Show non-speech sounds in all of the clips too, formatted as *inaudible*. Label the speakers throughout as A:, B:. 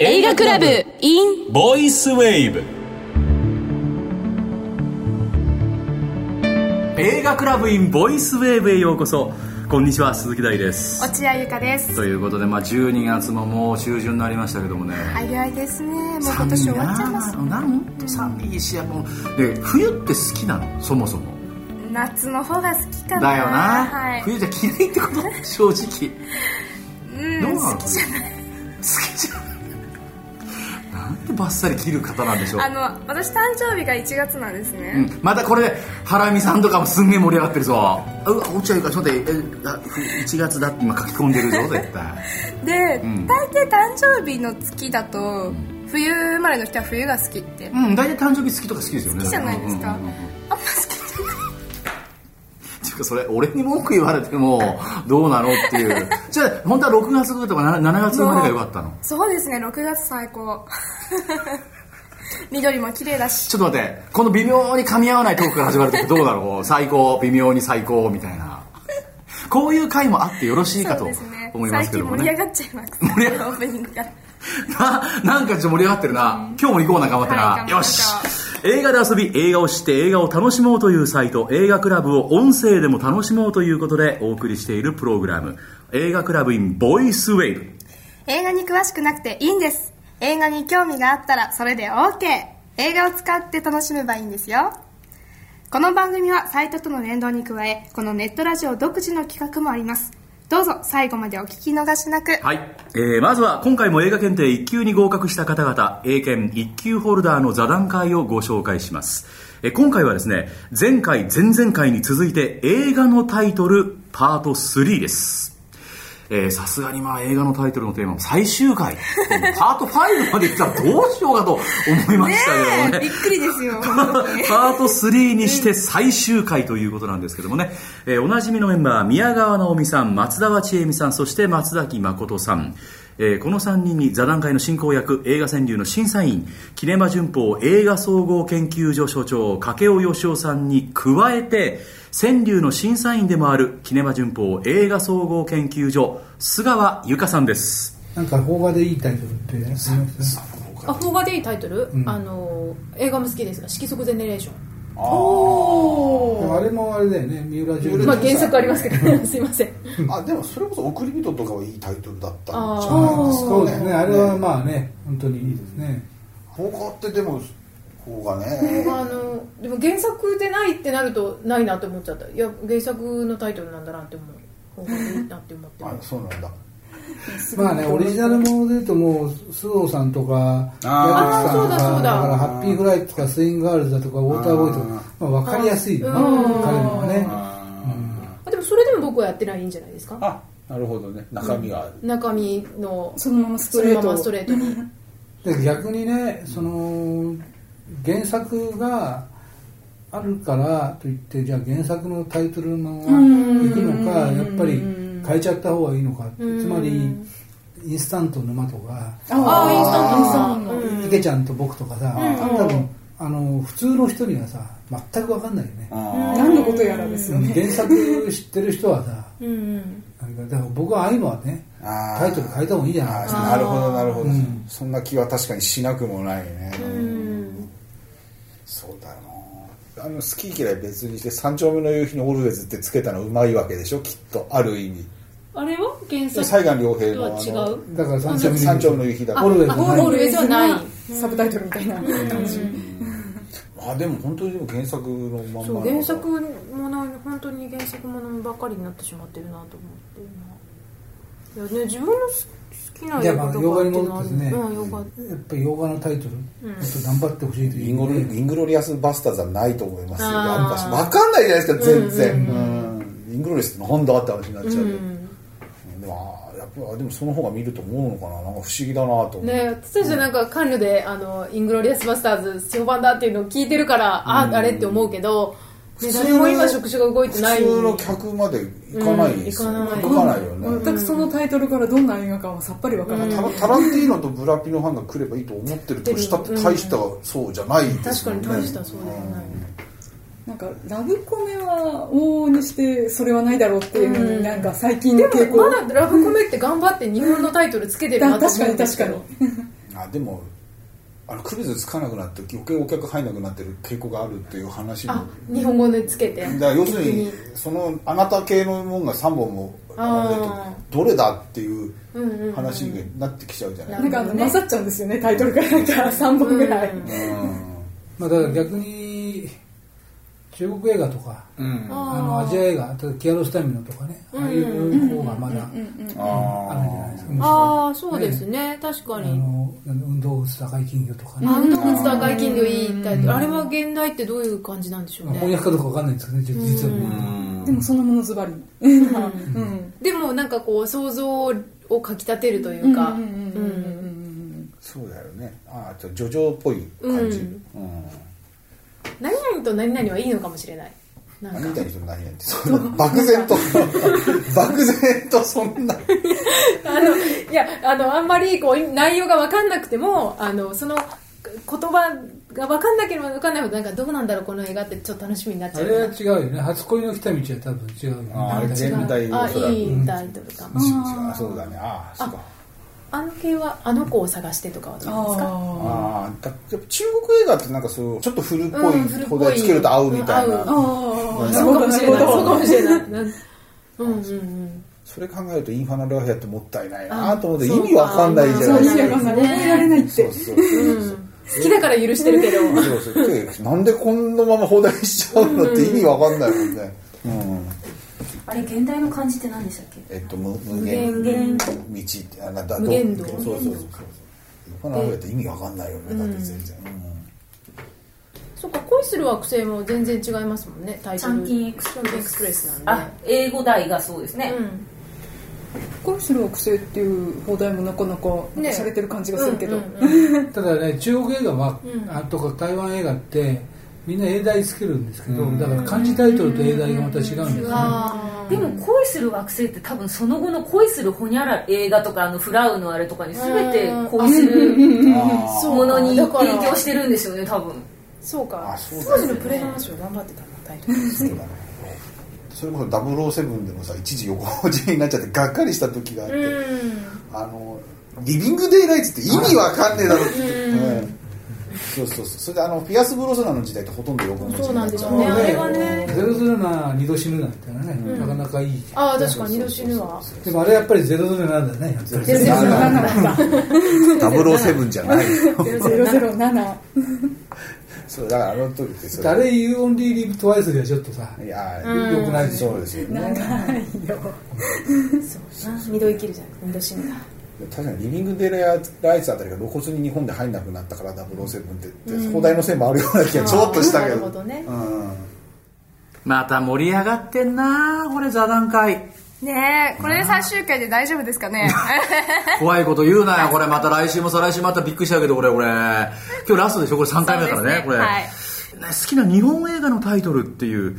A: 映画クラブ in
B: ボイスウェーブ映画クラブインボイスウェーブへようこそこんにちは鈴木大です
C: 落合ゆかです。
B: ということで、まあ、12月ももう中旬になりましたけどもね
C: 早いですね。もう今年終わっちゃいます。
B: 寒いなあなんと寒いしやっぱもうで冬って好きなのそもそも
C: 夏の方が好きかな。
B: だよな、
C: はい。
B: 冬じゃ着ないってこと正直
C: うん
B: どうなの
C: 好きじゃない。
B: 好きじゃんなんでバッサリ切る方なんでしょう
C: あの私誕生日が1月なんですね。
B: うんまたこれハラミさんとかもすんげえ盛り上がってるぞうわ落合がちょっと待ってえあ1月だって今書き込んでるぞ絶対
C: で、
B: ん
C: 大抵誕生日の月だと冬生まれの人は冬が好きって。
B: *laughs*
C: 好
B: うん大体誕生日好きとか好きですよね
C: きじゃないですか。あ
B: うんんうん
C: ま
B: うんうん
C: 好きじゃない。
B: ていうかそれ俺に文句言われても *laughs* どうなのっていうじゃあ本当は6月とかな7月生まれが良かったの
C: そうですね。6月最高。 *laughs* 緑も綺麗だし。
B: ちょっと待ってこの微妙に噛み合わないトークから始まるとどうだろう最高微妙に最高みたいなこういう回もあってよろしいか
C: そう
B: と
C: ですね。
B: 思いま
C: 最
B: すけ
C: 近
B: ども
C: 盛り上
B: ね
C: がっちゃいます。
B: 盛り上が
C: オープニングから。
B: *laughs* ななんかちょっと盛り上がってるな、今日も行こうな頑張ってな、
C: はい頑張り
B: よ
C: ま
B: し
C: しょう
B: 映画で遊び映画を知って映画を楽しもうというサイト映画クラブを音声でも楽しもうということでお送りしているプログラム映画クラブ in ボイスウェイブ
C: 映画に詳しくなくていいんです映画に興味があったらそれで OK 映画を使って楽しめばいいんですよこの番組はサイトとの連動に加えこのネットラジオ独自の企画もありますどうぞ最後までお聞き逃しなく
B: はい、えーまずは今回も映画検定1級に合格した方々 A 検1級ホルダーの座談会をご紹介します、えー今回はですね前回前々回に続いて映画のタイトルパート3ですえーさすがにまあ映画のタイトルのテーマも最終
C: *laughs*
B: 回パート5までいったらどうしようかと思いましたけどもね
C: ねえびっくりですよ
B: *laughs* パート3にして最終回ということなんですけどもね、えーおなじみのメンバー宮川直美さん松田千恵美さんそして松崎誠さん、えーこの3人に座談会の進行役映画川柳の審査員キネマ旬報映画総合研究所所長掛尾義雄さんに加えて川柳の審査員でもあるキネマ旬報映画総合研究所菅川由香さんです
D: なんか邦画でいいタイトルってね、すみません。
E: あ邦画でいいタイトル、あの映画も好きですが「色即ゼネレーション
D: でもあれもあれだよね、三浦淳之」
E: まあ原作ありますけど *laughs* すいません
F: あでもそれこそ「送り人」とかはいいタイトルだったんじゃないですかね
D: そうですね、あれはまあね、本当にいいですね。
F: 邦画ってでも邦画
E: 邦
F: ね
E: 画のでも原作でないってなるとないなって思っちゃったいや原作のタイトルなんだなって思う邦画でいいなって思って
F: あそうなんだ
D: まあね、オリジナルもので言うともう、須藤さんとか、
F: あ
D: 矢吹さんと
E: ーあーそうだそ
D: か、
E: うだ
D: からハッピーフライとか、スイングガールズだとか、ウォーターボーイとか、まあわかりやすいよね、彼のはね。
E: あでもそれでも僕はやってないいんじゃないですか
G: あなるほどね中身がある、
E: 中身の
H: そのままストレート
E: そのままストレートに
D: で逆にねその原作があるからといってじゃあ原作のタイトルのままいくのかやっぱり変えちゃった方がいいのかってつまりインスタント沼とか
E: ああインスタントさん
D: 池ちゃんと僕とかさ多分あの普通の人にはさ全く分かんないよね
H: 何のことやらですよね
D: 原作知ってる人はさ
E: うんうん
D: なんかだから僕はああいうのはね
F: あー
D: タイトル変えた方がいいじゃない
F: あ
D: です
F: ーなるほどなるほど、そんな気は確かにしなくもないね、そうだよなあの好き嫌い別にして「三丁目の夕日にオルウェズ」ってつけたのうまいわけでしょきっとある意味
E: あれは原
F: 西
E: 作
F: 岸良平
E: とは
F: のあ
E: 違
F: の
E: う
D: だから三丁目
F: 三丁目の
D: の
F: 夕日だ
D: オルウェズ
E: あオルウェズはない
H: サブタイトルみたいな感じ
F: あでも本当にでも原作のまんま
E: そう原作もの本当に原作ものばかりになってしまってるなと思って今いやね自分の好き好きな
D: じゃあ
E: 映
D: ま
E: 画
D: あ
E: と
D: 洋
E: か
D: 画に
E: って
D: 戻
E: いうのは
D: ってですね、
E: うん洋画
D: やっぱり洋画のタイトル、もっと頑張ってほしいとい
F: イ
D: う
F: ン
D: ね
F: グロイングロリアスバスターズはないと思いますよやっ
E: あー
F: ぱ分かんないじゃないですか全然、うんイングロリアスの本だって話になっちゃうけど、でもあーやっぱでもその方が見ると思うのかななんか不思議だなと思う、
E: ね私たちはなんかカンヌであのイングロリアスバスターズ評判だっていうのを聞いてるからああれって思うけど、ね、
F: 普通の
E: 誰も今職種が動いてない
F: 普通の客まで行かないですよ、
E: うん行かない
F: 行かないよね、
H: 全くそのタイトルからどんな映画かはさっぱりわからない、
F: タラタランティーノとブラピのファンが来ればいいと思ってるとしたって大したそうじゃないです
E: 確
F: も
E: か
F: ん
E: に大
F: ね
E: したそうだよね、
H: なんかラブコメは往々にしてそれはないだろうっていうのになんか最近の傾向
E: まだラブコメって頑張って日本のタイトルつけてるな
H: だ
E: と思
H: 確
E: う
H: か
E: ん
H: に
E: です
H: 確
E: け
H: か
E: ど
H: に
F: あでもあのクルーズつかなくなって余計お客入んなくなってる傾向があるっていう話も
E: あ日本語でつけて
F: だから要するに
E: 逆
F: そのあなた系のもんが3本も
E: あ
F: どれだっていう
E: うんうんうん
F: 話になってきちゃうじゃない、
H: なんかあの勝っちゃうんですよねタイトルからなんか3本ぐらい、
E: うん
D: まあ、だから逆に中国映画とか
F: うんあ
D: あのアジア映画例えばキアロスタイムのとかねああいう方がまだあるんじゃないですかむしろ
E: ああそうですね確か
D: あ
E: に
D: の運動靴高い金魚とかね
E: あ運動靴と赤い金魚いいタイトルあれは現代ってどういう感じなんでしょう
D: まあ翻
E: ね
D: 訳かどうかわかんないんですけどね実実は僕
H: でもそのものズバリ、うん、
E: でもなんかこう想像をかきたてるというかうん
F: そうだよねああちょっとジョジョっぽい感じ、うん
E: 何々と何々はいいのかもしれないなん
F: 何
E: か *laughs*
F: みたいな人も何々ってそんな漠然と漠然とそんな
E: あのいやあのあんまりこう内容が分かんなくてもあのその言葉が分かんなければ分かんないほどなんかどうなんだろうこの映画ってちょっと楽しみになっち
D: あ
E: ゃう
D: れは違うよね初恋の来た道は多分違うよね
F: ああれ
D: 大体
F: 全体
E: あ
F: そ
E: いいタイトルかも
F: あそうだねああそうか
E: あの系はあの子を探してとかはどうですか
H: あ
F: ああだやっぱ中国映画ってなんかそうちょっと古っぽ
E: うん
F: い方でつけると合うみたいな、
E: うん合う
H: あ
F: ー
E: そうかもしれない
H: なるほ
E: そう
H: ど
E: かもしれないなんうんうんうん
F: それ考えるとインファナルアフェアってもったいないなと思って
E: あ
F: 意味わかんないじゃ
H: そ
F: ない
H: う意
F: です
H: 味わかんない覚えられないって
F: かそうそうそうそう
E: 好きだから許してるけど
F: そうそうでなんでこのまま放題しちゃうのって意味わかんないもんね、うん、
I: あれ現代の漢字って何でしたっけ
F: えっと無無限
E: 無限
F: 道ってあなんだ
E: 無限道
F: そうそうそうそうインファナルアフェアって意味わかんないよねだって全然、うん
E: そっか恋する惑星も全然違いますもんねタイ
I: チ
E: ト
I: ャ
E: ル
I: ンキンエクス
E: チャ
I: プ
E: ンキン
I: レ
E: エクスプレ
I: ス
E: スなん
I: あ
E: で
I: 英語題がそうですね、
E: うん
H: 恋する惑星っていう放題もなかなかなんか
E: ね
H: 洒落てる感じがするけど、
E: うんうん
D: ただね中国映画は、あとか台湾映画ってみんな英題つけるんですけど、だから漢字タイトルと英題がまた違うんですよね、
E: あ
I: でも恋する惑星って多分その後の恋するほにゃら映画とかあのフラウのあれとかに全て恋する
E: あ
I: ものに
E: だか
I: 影
E: ら
I: 響してるんですよね多分
E: そうか
F: あそうだ
E: 当時のプレイの話を頑張ってたんだタイトル
F: そうだねそれこそ007でもさ一時横文字になっちゃってがっかりした時があって、あのリビングデイライツって意味わかんねえだろって、うんそうそうそうそれであのピアス・ブロスナーの時代ってほとんど横文字
E: そう
F: に
E: な
F: なんっ
E: です
F: ちゃ
E: よ
F: う
E: ね
D: ま
E: あ
D: あね
E: れはね
D: 007二度死ぬなんてのはね、なかなかいい
E: ああ確かに二度死ぬわ
D: でもあれやっぱり007なんだねやっぱり
E: 007
F: なんだ007じゃない
H: *laughs* 007
F: そうだからあの時ってそれ
D: あれ You Only Live Twice ではちょっとさ
F: いや
D: 良くないでしょ
F: そうですよね
E: 二度生きるじゃなくて二度死ぬだ
F: 確かにリビング・デイライツあたりが露骨に日本で入んなくなったから007ってって、放題のせいもあるような気がちょっとしたけ
E: な
F: ど
E: るほどね
F: うん
B: また盛り上がってんなこれ座談会
C: ねえこれで最終回で大丈夫ですか
B: *laughs*
C: ね
B: 怖いこと言うなよこれまた来週も再来週またびっくりしちゃうけどこれこれ今日ラストでしょこれ3回目だからね
C: そうですね
B: これ、
C: はい
B: ね好きな日本映画のタイトルっていう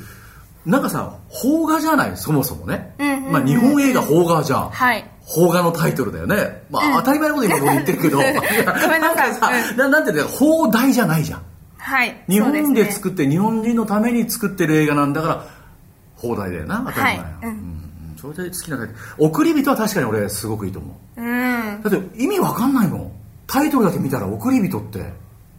B: なんかさ邦画じゃないそもそもね、まあ、日本映画邦画じゃん、
C: はい
B: 邦画のタイトルだよね、まあ、当たり前のこと今僕言ってるけど
C: *laughs* ごめんなさい
B: んかさ、ななんていうんだよ邦題じゃないじゃん
C: はい
B: 日
C: そう
B: 本
C: すね
B: で作って日本人のために作ってる映画なんだから放題だよな当たり前
C: は、
B: ないう
C: うん
B: んうんそれで好きなタイトル送り人は確かに俺すごくいいと思
C: うん
B: うだって意味わかんないもんタイトルだけ見たら送り人って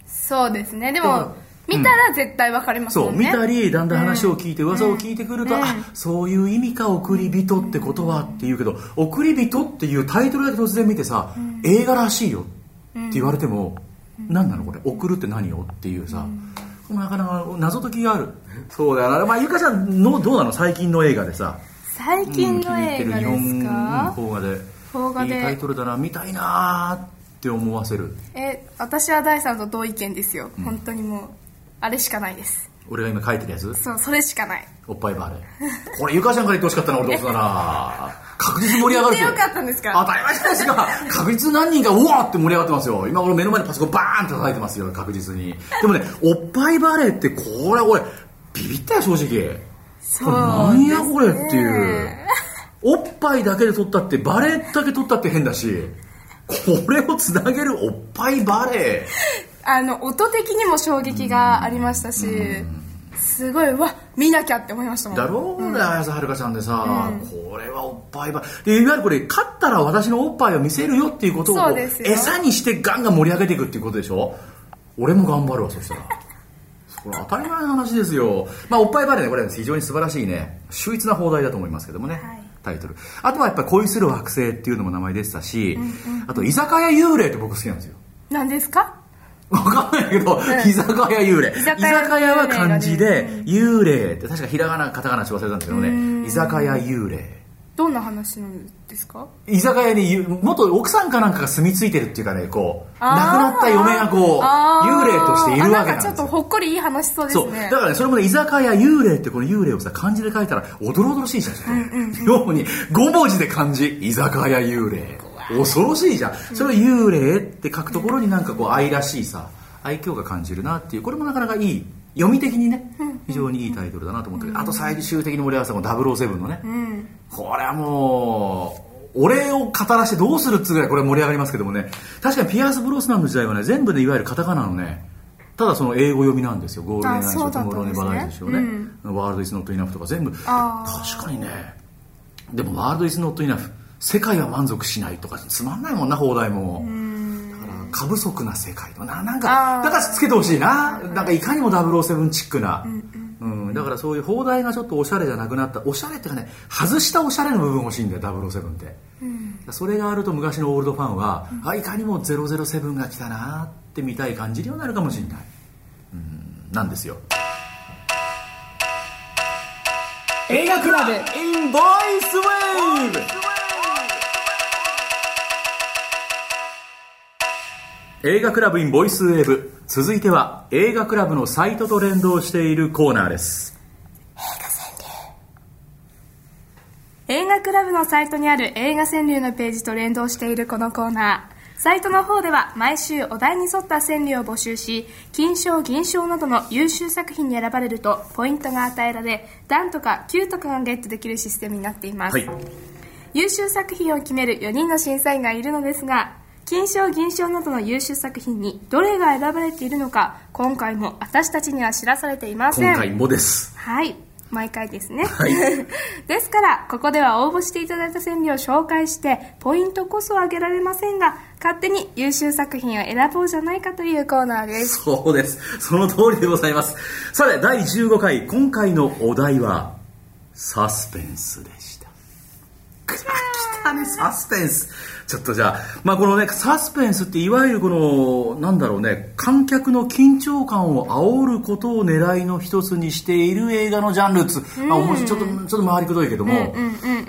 C: そうですねで
B: だ
C: も
B: か
C: 見たら絶対わかります
B: そ
C: も
B: うん見
C: ね、
B: たりだんだん話を聞いて噂を聞いてくると、あそういう意味か送り人ってことはって言うけど送り人っていうタイトルだけ突然見てさ、映画らしいよって言われても、何なのこれ送るって何よっていうさ、なかなか謎解きがあるそうだよな、まあ、ゆかちゃんのどうなの最近の映画でさ
C: 最近の映画
B: 日
C: です
B: 本
C: か、
B: 邦画で
C: 邦画で
B: いいタイトルだな見たいなーって思わせる
C: え私は第三と同意見ですよ、本当にもうあれしかないです
B: 俺が今書いてるやつ
C: そうそれしか
B: *laughs*
C: ない
B: おっぱいバーレー。これ、ゆかちゃんから言ってほしかったな、俺どうせだな。確実に盛り上がる
C: 言ってよかったんですか
B: 当たり前じゃないですか。確実に何人か、うわーって盛り上がってますよ。今、俺目の前でパソコンバーンって叩いてますよ、確実に。でもね、おっぱいバレーって、これ、俺、ビビったよ、正直。
C: そ
B: これ、
C: う
B: 何やこれっていう。おっぱいだけで撮ったって、バレーだけ撮ったって変だし、これをつなげるおっぱいバレー。
C: あの音的にも衝撃がありましたし、すごいうわ見なきゃって思いましたもん
B: だろうね、綾瀬はるかちゃんでさ、これはおっぱいばでいわゆるこれ勝ったら私のおっぱいを見せるよっていうことをこう
C: そうですよ
B: 餌にしてガンガン盛り上げていくっていうことでしょ俺も頑張るわそしたら *laughs* これ当たり前の話ですよ、まあ、おっぱいバレーねこれ非常に素晴らしいね秀逸な放題だと思いますけどもね、タイトルあとはやっぱり恋する惑星っていうのも名前でしたし、あと居酒屋幽霊って僕好きなんですよ
C: なんですか
B: わかんないけど、居酒屋幽霊。居
C: 酒
B: 酒
C: 屋
B: 屋は漢字で、幽霊って確かひらがな、カタカナし忘れたんですけどね、居酒屋幽霊。
C: どんな話なんですか
B: 居酒屋にゆ元奥さんかなんかが住み着いてるっていうかね、こう、亡く
C: あー
B: なった嫁がこう、
C: あ
B: 幽
C: ー
B: 霊としているわけ
C: あな
B: な
C: んか
B: ん
C: ち
B: で
C: ょっ
B: す
C: と
B: よ。
C: ほっこりいい話しそうです
B: そう。
C: ね
B: だからね、それもね、居酒屋幽霊ってこの幽霊をさ、漢字で書いたら、おどろおどろしいじゃん。ように、5文字で漢字、居酒屋幽霊。恐ろしいじゃん。それを幽霊って書くところになんかこう、愛らしいさ、愛嬌が感じるなっていう、これもなかなかいい。読み的にね、非常にいいタイトルだなと思ったけど、あと最終的に森川さんも007のね、これはもう、俺を語らしてどうするっつうぐらいこれ盛り上がりますけどもね、確かにピアース・ブロスナンの時代はね、全部でいわゆるカタカナのね、ただその英語読みなんですよ。ゴールデンアイズ
C: あそう
B: ト
C: だったん
B: ゥモローネ
C: です
B: バ
C: ね
B: ライズでしょうね。ワールド・イズ・ノット・イナフとか全部。確
C: あ
B: かにね、でもワールド・イズ・ノット・イナフ、世界は満足しないとかつまんないもんな、放題も。だから過不足な世界とかななんか
C: あー
B: だからつけてほしいななんかいかにも007チックな、うんだからそういう放題がちょっとおしゃれじゃなくなったおしゃれっていうかね外したおしゃれの部分欲しいんだよ007って、それがあると昔のオールドファンは、あいかにも007が来たなって見たい感じるようになるかもしれない、うん、なんですよ映画クラブ in ボイスウェーブ映画クラブ in ボイスウェーブ続いては映画クラブのサイトと連動しているコーナーです
C: 映画クラブのサイトにある映画川柳のページと連動しているこのコーナーサイトの方では毎週お題に沿った川柳を募集し金賞銀賞などの優秀作品に選ばれるとポイントが与えられ段とか9とかがゲットできるシステムになっています、
B: はい
C: 優秀作品を決める4人の審査員がいるのですが金賞銀賞などの優秀作品にどれが選ばれているのか今回も私たちには知らされていません
B: 今回もです
C: はい毎回ですね、
B: い
C: *laughs* ですからここでは応募していただいた川柳を紹介してポイントこそ上げられませんが勝手に優秀作品を選ぼうじゃないかというコーナーです
B: そうですその通りでございますさて第15回今回のお題はサスペンスでしたくそ来たねサスペンスちょっとじゃあ、まあ、このねサスペンスっていわゆるこのなんだろうね観客の緊張感を煽ることを狙いの一つにしている映画のジャンルっつあ面白いちょっとちょっと回りくどいけども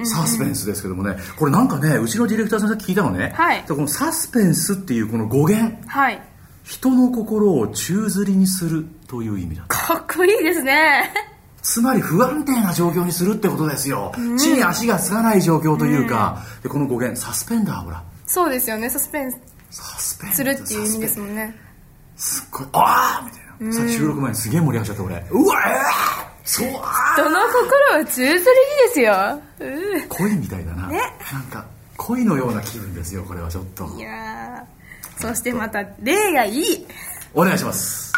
B: サスペンスですけどもねこれなんかねうちのディレクターさんさっき聞いたのね、
C: はい
B: でこのサスペンスっていうこの語源
C: はい
B: 人の心を宙づりにするという意味だった
C: かっこいいですね
B: つまり不安定な状況にするってことですよ、地に足がつかない状況というか、でこの語源サスペンダーほら
C: *laughs* そうですよねサスペンス
B: サスペン
C: するっていう意味ですもんね
B: すっごいああみたいなさ収録前にすげえ盛り上がっちゃった俺うわえーそうあ
C: 人の心を宙吊りにですよう
B: ー恋みたいだな、なんか恋のような気分ですよこれはちょっと
C: ーいやーそしてまた例がいい
B: お願いします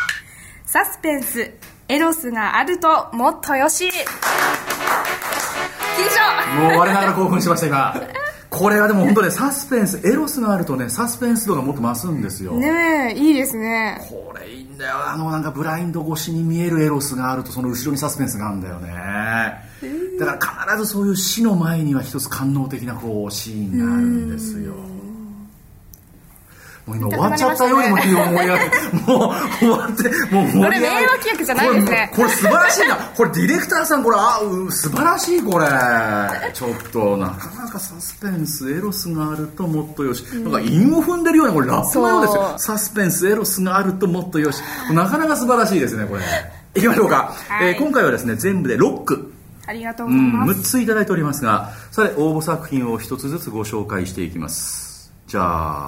C: サスペンスエロスがあるともっとよし金賞
B: もう我ながら興奮しました今これはでも本当ねサスペンスエロスがあるとねサスペンス度がもっと増すんですよ、
C: ねえいいですね
B: これいいんだよあのなんかブラインド越しに見えるエロスがあるとその後ろにサスペンスがあるんだよねだから必ずそういう死の前には一つ官能的なこうシーンがあるんですよもう今終わっちゃったようにも気分思い上がるもう終わってもう盛り上が
C: これ迷惑企画じゃないですね
B: これこれ素晴らしいなこれディレクターさんこれあうん素晴らしいこれちょっとなかなかサスペンスエロスがあるともっとよし、なんか韻を踏んでるようなこれラップのようですよ
C: そう
B: サスペンスエロスがあるともっとよしなかなか素晴らしいですねこれいきましょうか、
C: は
B: え
C: い
B: ー今回はですね全部で6句
C: ありがとう
B: う
C: ござい
B: ん、
C: ま
B: 6
C: す
B: ついただいておりますがさて応募作品を一つずつご紹介していきますじゃ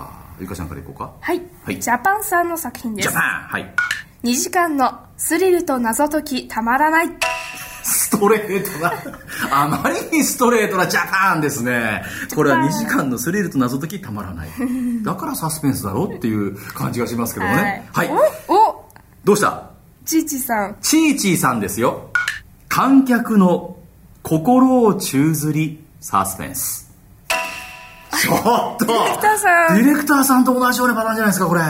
B: あゆかちゃんからいこうか
C: はい、
B: はい
C: ジャパンさんの作品で
B: ジャ
C: す
B: パンはい
C: 2時間のスリルと謎解きたまらない
B: ストレー *laughs* トなあまりにストレートなジャパンですねこれは2時間のスリルと謎解きたまら *laughs* ないだからサスペンスだろうっていう感じがしますけどもねはい
C: おお
B: どうした
C: ちいちさん
B: チーチーさんですよ観客の心を宙づりサスペンスちょっとデ
C: 北さ
B: ィ
C: ん
B: レクターさんと同じようなパターンじゃないですかこれ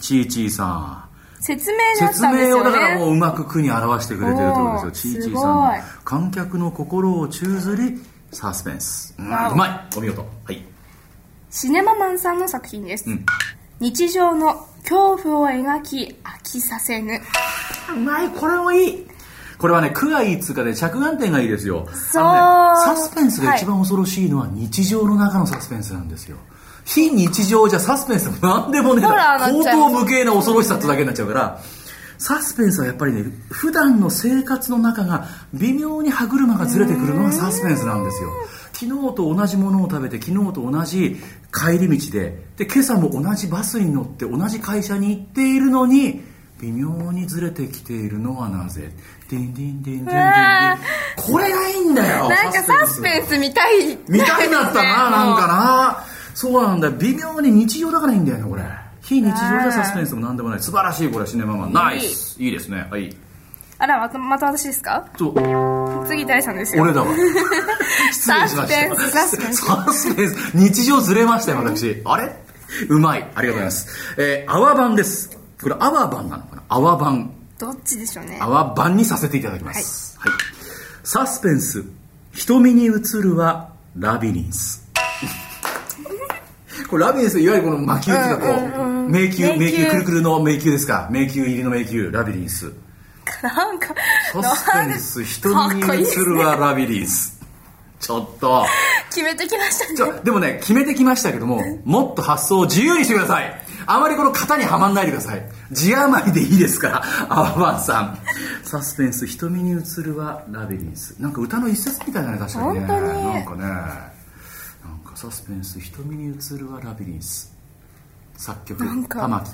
B: チーチーさん
C: 説明だっ
B: 説
C: たんです
B: 明を
C: よ
B: だからも
C: ね
B: ううまく句に表してくれてるところですよ
C: おー
B: ちいちいさんの
C: すごい
B: 観客の心を宙づりサスペンス、うん、う
C: わお
B: まいお見事はい
C: シネママンさんの作品です、
B: ん
C: 日常の恐怖を描き飽きさせぬ
B: うまいこれもいいこれはね句がいいっつうかね着眼点がいいですよ
C: そう
B: あのね、サスペンスが一番恐ろしいのは日常の中のサスペンスなんですよ非日常じゃサスペンスも何でもねえ
C: ホラーにな
B: 口
C: っちゃい
B: 頭
C: ます
B: 無形な恐ろしさってだけになっちゃうからサスペンスはやっぱりね普段の生活の中が微妙に歯車がずれてくるのがサスペンスなんですよ昨日と同じものを食べて昨日と同じ帰り道でで今朝も同じバスに乗って同じ会社に行っているのに微妙にずれてきているのはなぜディンディンディンディンディンディンこれがいいんだよ
C: なんかサスペンス見たい
B: 見たい
C: *laughs*
B: なったな、なんかな。そうなんだよ。微妙に日常だからいいんだよね、これ。非日常でサスペンスもなんでもない。素晴らしい、これ、シネママン。ナイス。いいですね。はい。
C: あらまたまた私ですか
B: そう、
C: 次大さんですよ
B: 俺だわ。失礼しました。
C: サスペンス
B: サスペンス。日常ずれましたよ、私。あれうまい。ありがとうございます。えー、アワ版です。これ、アワ版なのかなアワ版。
C: どっちでしょうね
B: 泡版にさせていただきます、はいサスペンス「瞳に映るはラビリン
C: *laughs*
B: ス」これラビリンスいわゆるこの巻き打ちだと、迷宮迷宮くるくるの迷宮ですか迷宮入りの迷宮ラビリンス
C: なんか
B: サスペンス「瞳に映るはラビリンス」ちょっと
C: 決めてきまし
B: ち
C: たね
B: ょでもね決めてきましたけどももっと発想を自由にしてくださいあまりこの型にはまんないでください字余りでいいですからアワバンさんサスペンス「瞳に映るはラビリンス」なんか歌の一節みたいだね確かにね
C: 本当に
B: なんかねなんかサスペンス「瞳に映るはラビリンス」作曲
C: んか
B: 玉置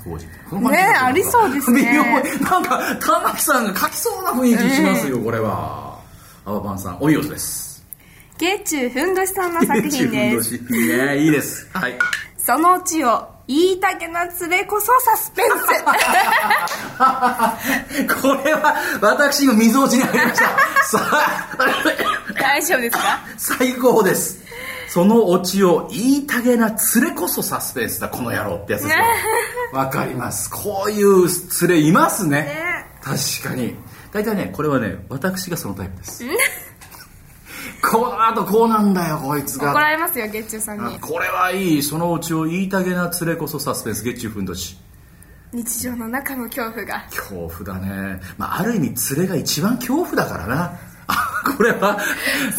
B: 浩二
C: ねえありそうですね
B: 微妙になんか玉置さんが書きそうな雰囲気しますよ、これはアワバンさんおいおつです
C: ゲイチュウふんどしさんの作品です
B: いいねいいですはい
C: そのうちを言いたけな連れこそサスペン
B: *laughs* これは私のみぞおちに入りましたさあ *laughs*
C: ス *laughs* 大丈夫ですか
B: 最高ですそのオチを言いたげな連れこそサスペンスだこの野郎ってやつ
C: *laughs*
B: ですよ
C: ね
B: わかりますこういう連れいますね確かに大体ねこれはね私がそのタイプですこの後こうなんだよこいつ
C: 怒
B: が
C: られますよゲイチュウさんに
B: これはいいそのオチを言いたげな連れこそサスペンス月中ふんどし
C: 日常の中の恐怖が
B: 恐怖だね、まあ、ある意味連れが一番恐怖だからな *laughs* これは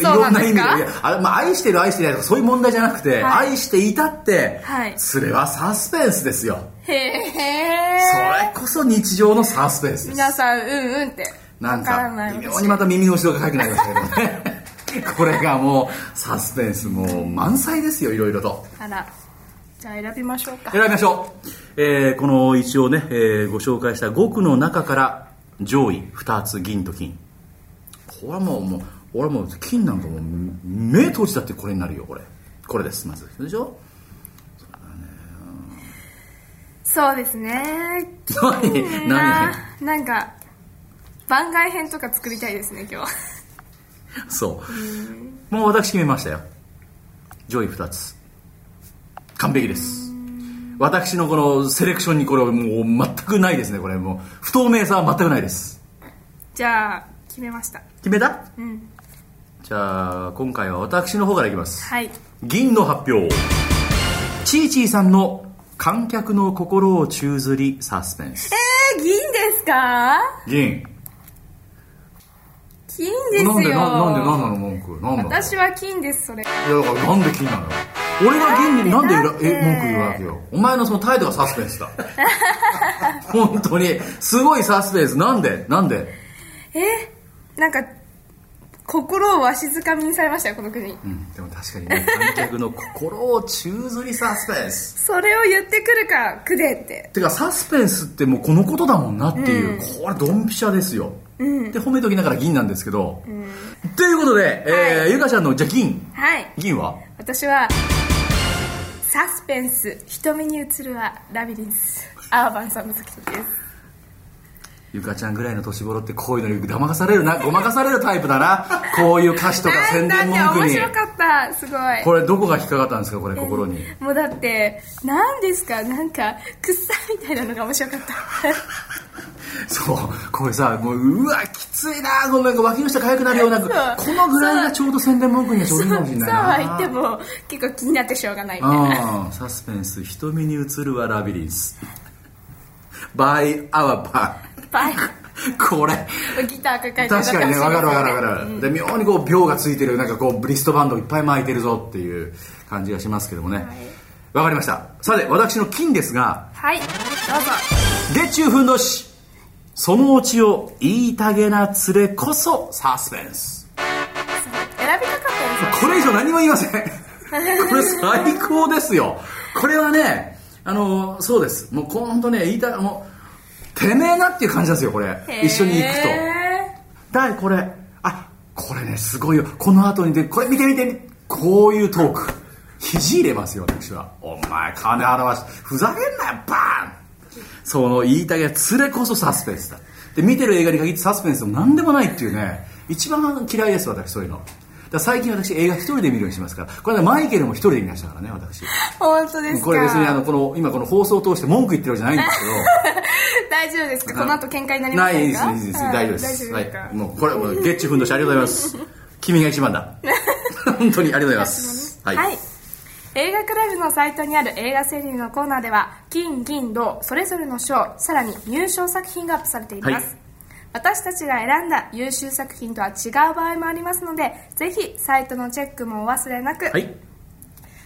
C: そ
B: いう
C: な
B: ろん
C: んで
B: な
C: す
B: 意
C: か
B: 味でいやあ、まあ、愛してる愛してないとかそういう問題じゃなくて、
C: はい
B: 愛していたって、
C: はい
B: 連れはサスペンスですよ
C: へえ
B: それこそ日常のサスペンスです
C: 皆さんうんうんって
B: なん
C: わからな
B: か
C: い
B: 微妙にまた耳の後ろがかくなりましたけどね *laughs* これがもうサスペンスもう満載ですよいろいろと
C: あらじゃあ選びましょうか
B: 選びましょう、えーこの一応ね、えーご紹介した5句の中から上位2つ銀と金これはもうもう俺はもう金なんかもう目閉じたってこれになるよこれこれですまずでしょ
C: そうです *laughs* ね
B: 何何
C: あーなんか番外編とか作りたいですね今日 *laughs*
B: そうもう私決めましたよ上位2つ完璧です私のこのセレクションにこれはもう全くないですねこれもう不透明さは全くないです
C: じゃあ決めました
B: 決めた
C: うん
B: じゃあ今回は私の方からいきます
C: はい
B: 銀の発表チーチーさんの観客の心を宙づりサスペンス
C: えー、銀ですか
B: 銀
C: 金ですよ
B: なんでななんで何なの文句なんだろう
C: 私は金ですそれ
B: いやだからなんで金なのよ俺が銀になんで
C: だって
B: え文句言うわけよお前のその態度がサスペンス
C: *laughs*
B: だ本当にすごいサスペンスなんでなんで
C: えなんか心をわしづかみにされましたよこの国
B: うんでも確かにね観客の心を宙づりサスペンス
C: それを言ってくるかくでって
B: てかサスペンスってもうこのことだもんなっていう、これドンピシャですよ、で褒めときながら銀なんですけど、ということで、えーゆかちゃんのじゃあ銀
C: はい
B: 銀は
C: 私はサスペンス瞳に映るはラビリンスアーバンさんの作品です
B: ゆかちゃんぐらいの年頃ってこういうのに騙されるなごまかされるタイプだなこういう歌詞とか宣伝文
C: *laughs* なんだ
B: 句
C: 面
B: に
C: 白かったすごい
B: これどこが引っかかったんですかこれ心に
C: もうだって何ですかなんかくっさみたいなのが面白かった
B: そうこれさもううわきついなごめん脇の下かゆくなるような
C: そう
B: このぐらいがちょうど宣伝文句にはちょうどいいかもしれ
C: そう
B: ないな
C: は言っても結構気になってしょうがないみたいな
B: ああサスペンス瞳に映るはラビリンス by our by
C: バイ
B: これ
C: ギター抱えてる
B: 確かにねわかるわかるわかる、で妙にこう秒がついてるなんかこうリストバンドいっぱい巻いてるぞっていう感じがしますけどもねわ、かりましたさて私の金ですが
C: はいどうぞ
B: 月中ふんどしそのうちを言いたげな連れこそサスペンス
C: 選びたかったです
B: これ以上何も言いませんこれ最高ですよこれはねあのそうですもうこう本当ね言いたもうてめえなっていう感じなんですよこれ一緒に行くとだいこれあこれねすごいよこの後にでこれ見て見てこういうトーク肘入れますよ私はお前金払わしふざけんなよバーンその言いたげは連れこそサスペンスだで見てる映画に限ってサスペンスでも何でもないっていうね一番嫌いです私そういうのだから最近私映画一人で見るようにしますからこれねマイケルも一人で見ましたからね私
C: 本当ですか
B: これ別にあのこの今この放送を通して文句言ってるわけじゃないんですけど
C: 大丈夫ですかこの後喧嘩になりま
B: な
C: せ
B: い
C: ん
B: です
C: か
B: いいです大丈夫です
C: は
B: はい
C: 大丈夫
B: いもうこれもうゲッチュふんどしありがとうございます
C: *laughs*
B: 君が一番だ本当にありがとうござい
C: *laughs*
B: ます
C: はい、映画クラブのサイトにある映画川柳のコーナーでは金銀銅それぞれの賞さらに入賞作品がアップされています、
B: はい
C: 私たちが選んだ優秀作品とは違う場合もありますのでぜひサイトのチェックもお忘れなく、
B: はい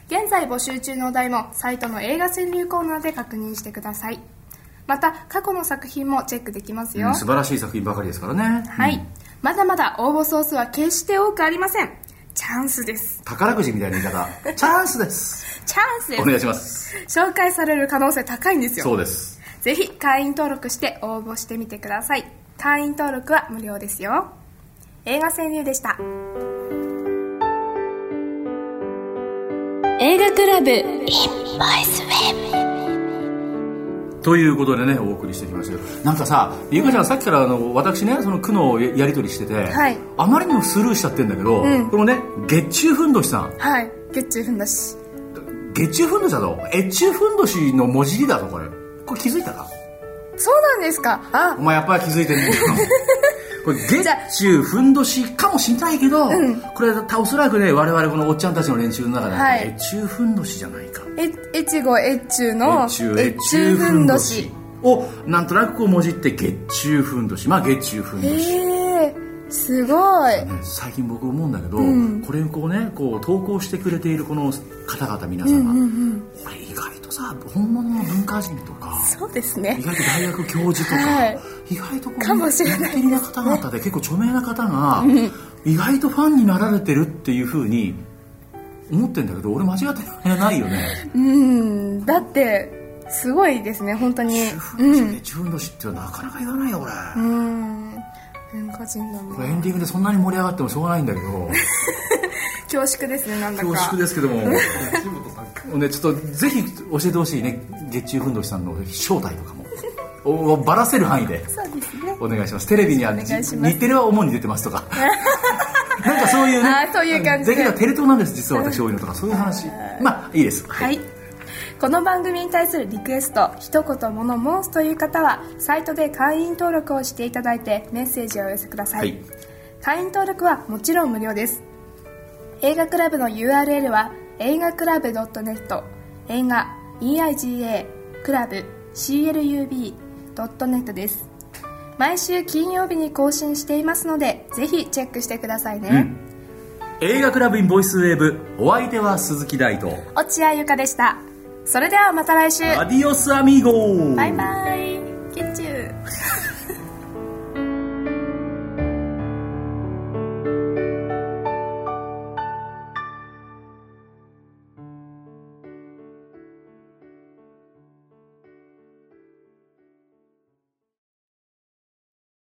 C: 現在募集中のお題もサイトの映画川柳コーナーで確認してくださいまた過去の作品もチェックできますよ、
B: うん素晴らしい作品ばかりですからね
C: はい、まだまだ応募総数は決して多くありませんチャンスです
B: 宝くじみたいな言い
C: *laughs*
B: 方チャンスです
C: チャンスで
B: お願い
C: す
B: します
C: 紹介される可能性高いんですよ
B: そうです
C: ぜひ会員登録して応募してみてください会員登録は無料ですよ映画川柳でした
A: 映画クラブ
B: ということでねお送りしてきましたけどなんかさゆかちゃんさっきからあの私ねその区のややり取りしてて、
C: はい
B: あまりにもスルーしちゃってんだけど、このね月中ふんどしさん
C: はい月中ふんだし
B: 月中ふんどしだぞ越中ふんどしの文字入りだぞこれこれ気づいたか
C: そうなんですかあ
B: お前やっぱり気づいてるんだ *laughs* よこれ月中ふんどしかもしんないけど、これおそらくね我々このおっちゃんたちの練習の中で、
C: はい
B: 越中ふんどしじゃないか
C: え越後越中の
B: 越中越中ふんどしをなんとなくこう文字って月中ふんどしまあ月中ふんど
C: え
B: し、
C: えすごい
B: ね最近僕思うんだけど、これをこうねこう投稿してくれているこの方々皆様、これ意外とさ本物の文化人とか
C: そうです
B: 意
C: ね
B: 外と大学教授とか、
C: はい
B: 意外とこう
C: かもしれない
B: インテリな方々で結構著名な方が意外とファンになられてるっていうふうに思ってんだけど俺間違ってないよね
C: うんだってすごいですね本当
B: *laughs*
C: に
B: 自分の知自分の知ってはなかなか言わないよ俺、
C: うん文化人だ
B: こ
C: も
B: れ
C: ん
B: エンディングでそんなに盛り上がってもしょうがないんだけど
C: 恐縮です *laughs* ねなんだか
B: 恐縮ですけどもねちょっとぜひ教えてほしいね月中ふんどしさんの正体とかもおばらせる範囲で
C: そうですね
B: お願いしますテレビには
C: 願いします
B: 日テレは主に出てますと
C: *laughs*
B: かなんかそういうね
C: あーそういう感じで
B: できればテレ東なんです実は私多いのとかそういう話まあいいです
C: はい。この番組に対するリクエスト、一言物申すという方は、サイトで会員登録をしていただいてメッセージをお寄せください。
B: はい
C: 会員登録はもちろん無料です。映画クラブの URL は映画クラブ .net 映画 EIGA クラブ CLUB.net です。毎週金曜日に更新していますので、ぜひチェックしてくださいね。
B: ん映画クラブインボイスウェーブお相手は鈴木大と
C: 落合ゆかでした。それではまた来週。
B: アディオスアミーゴ
C: バイバイ。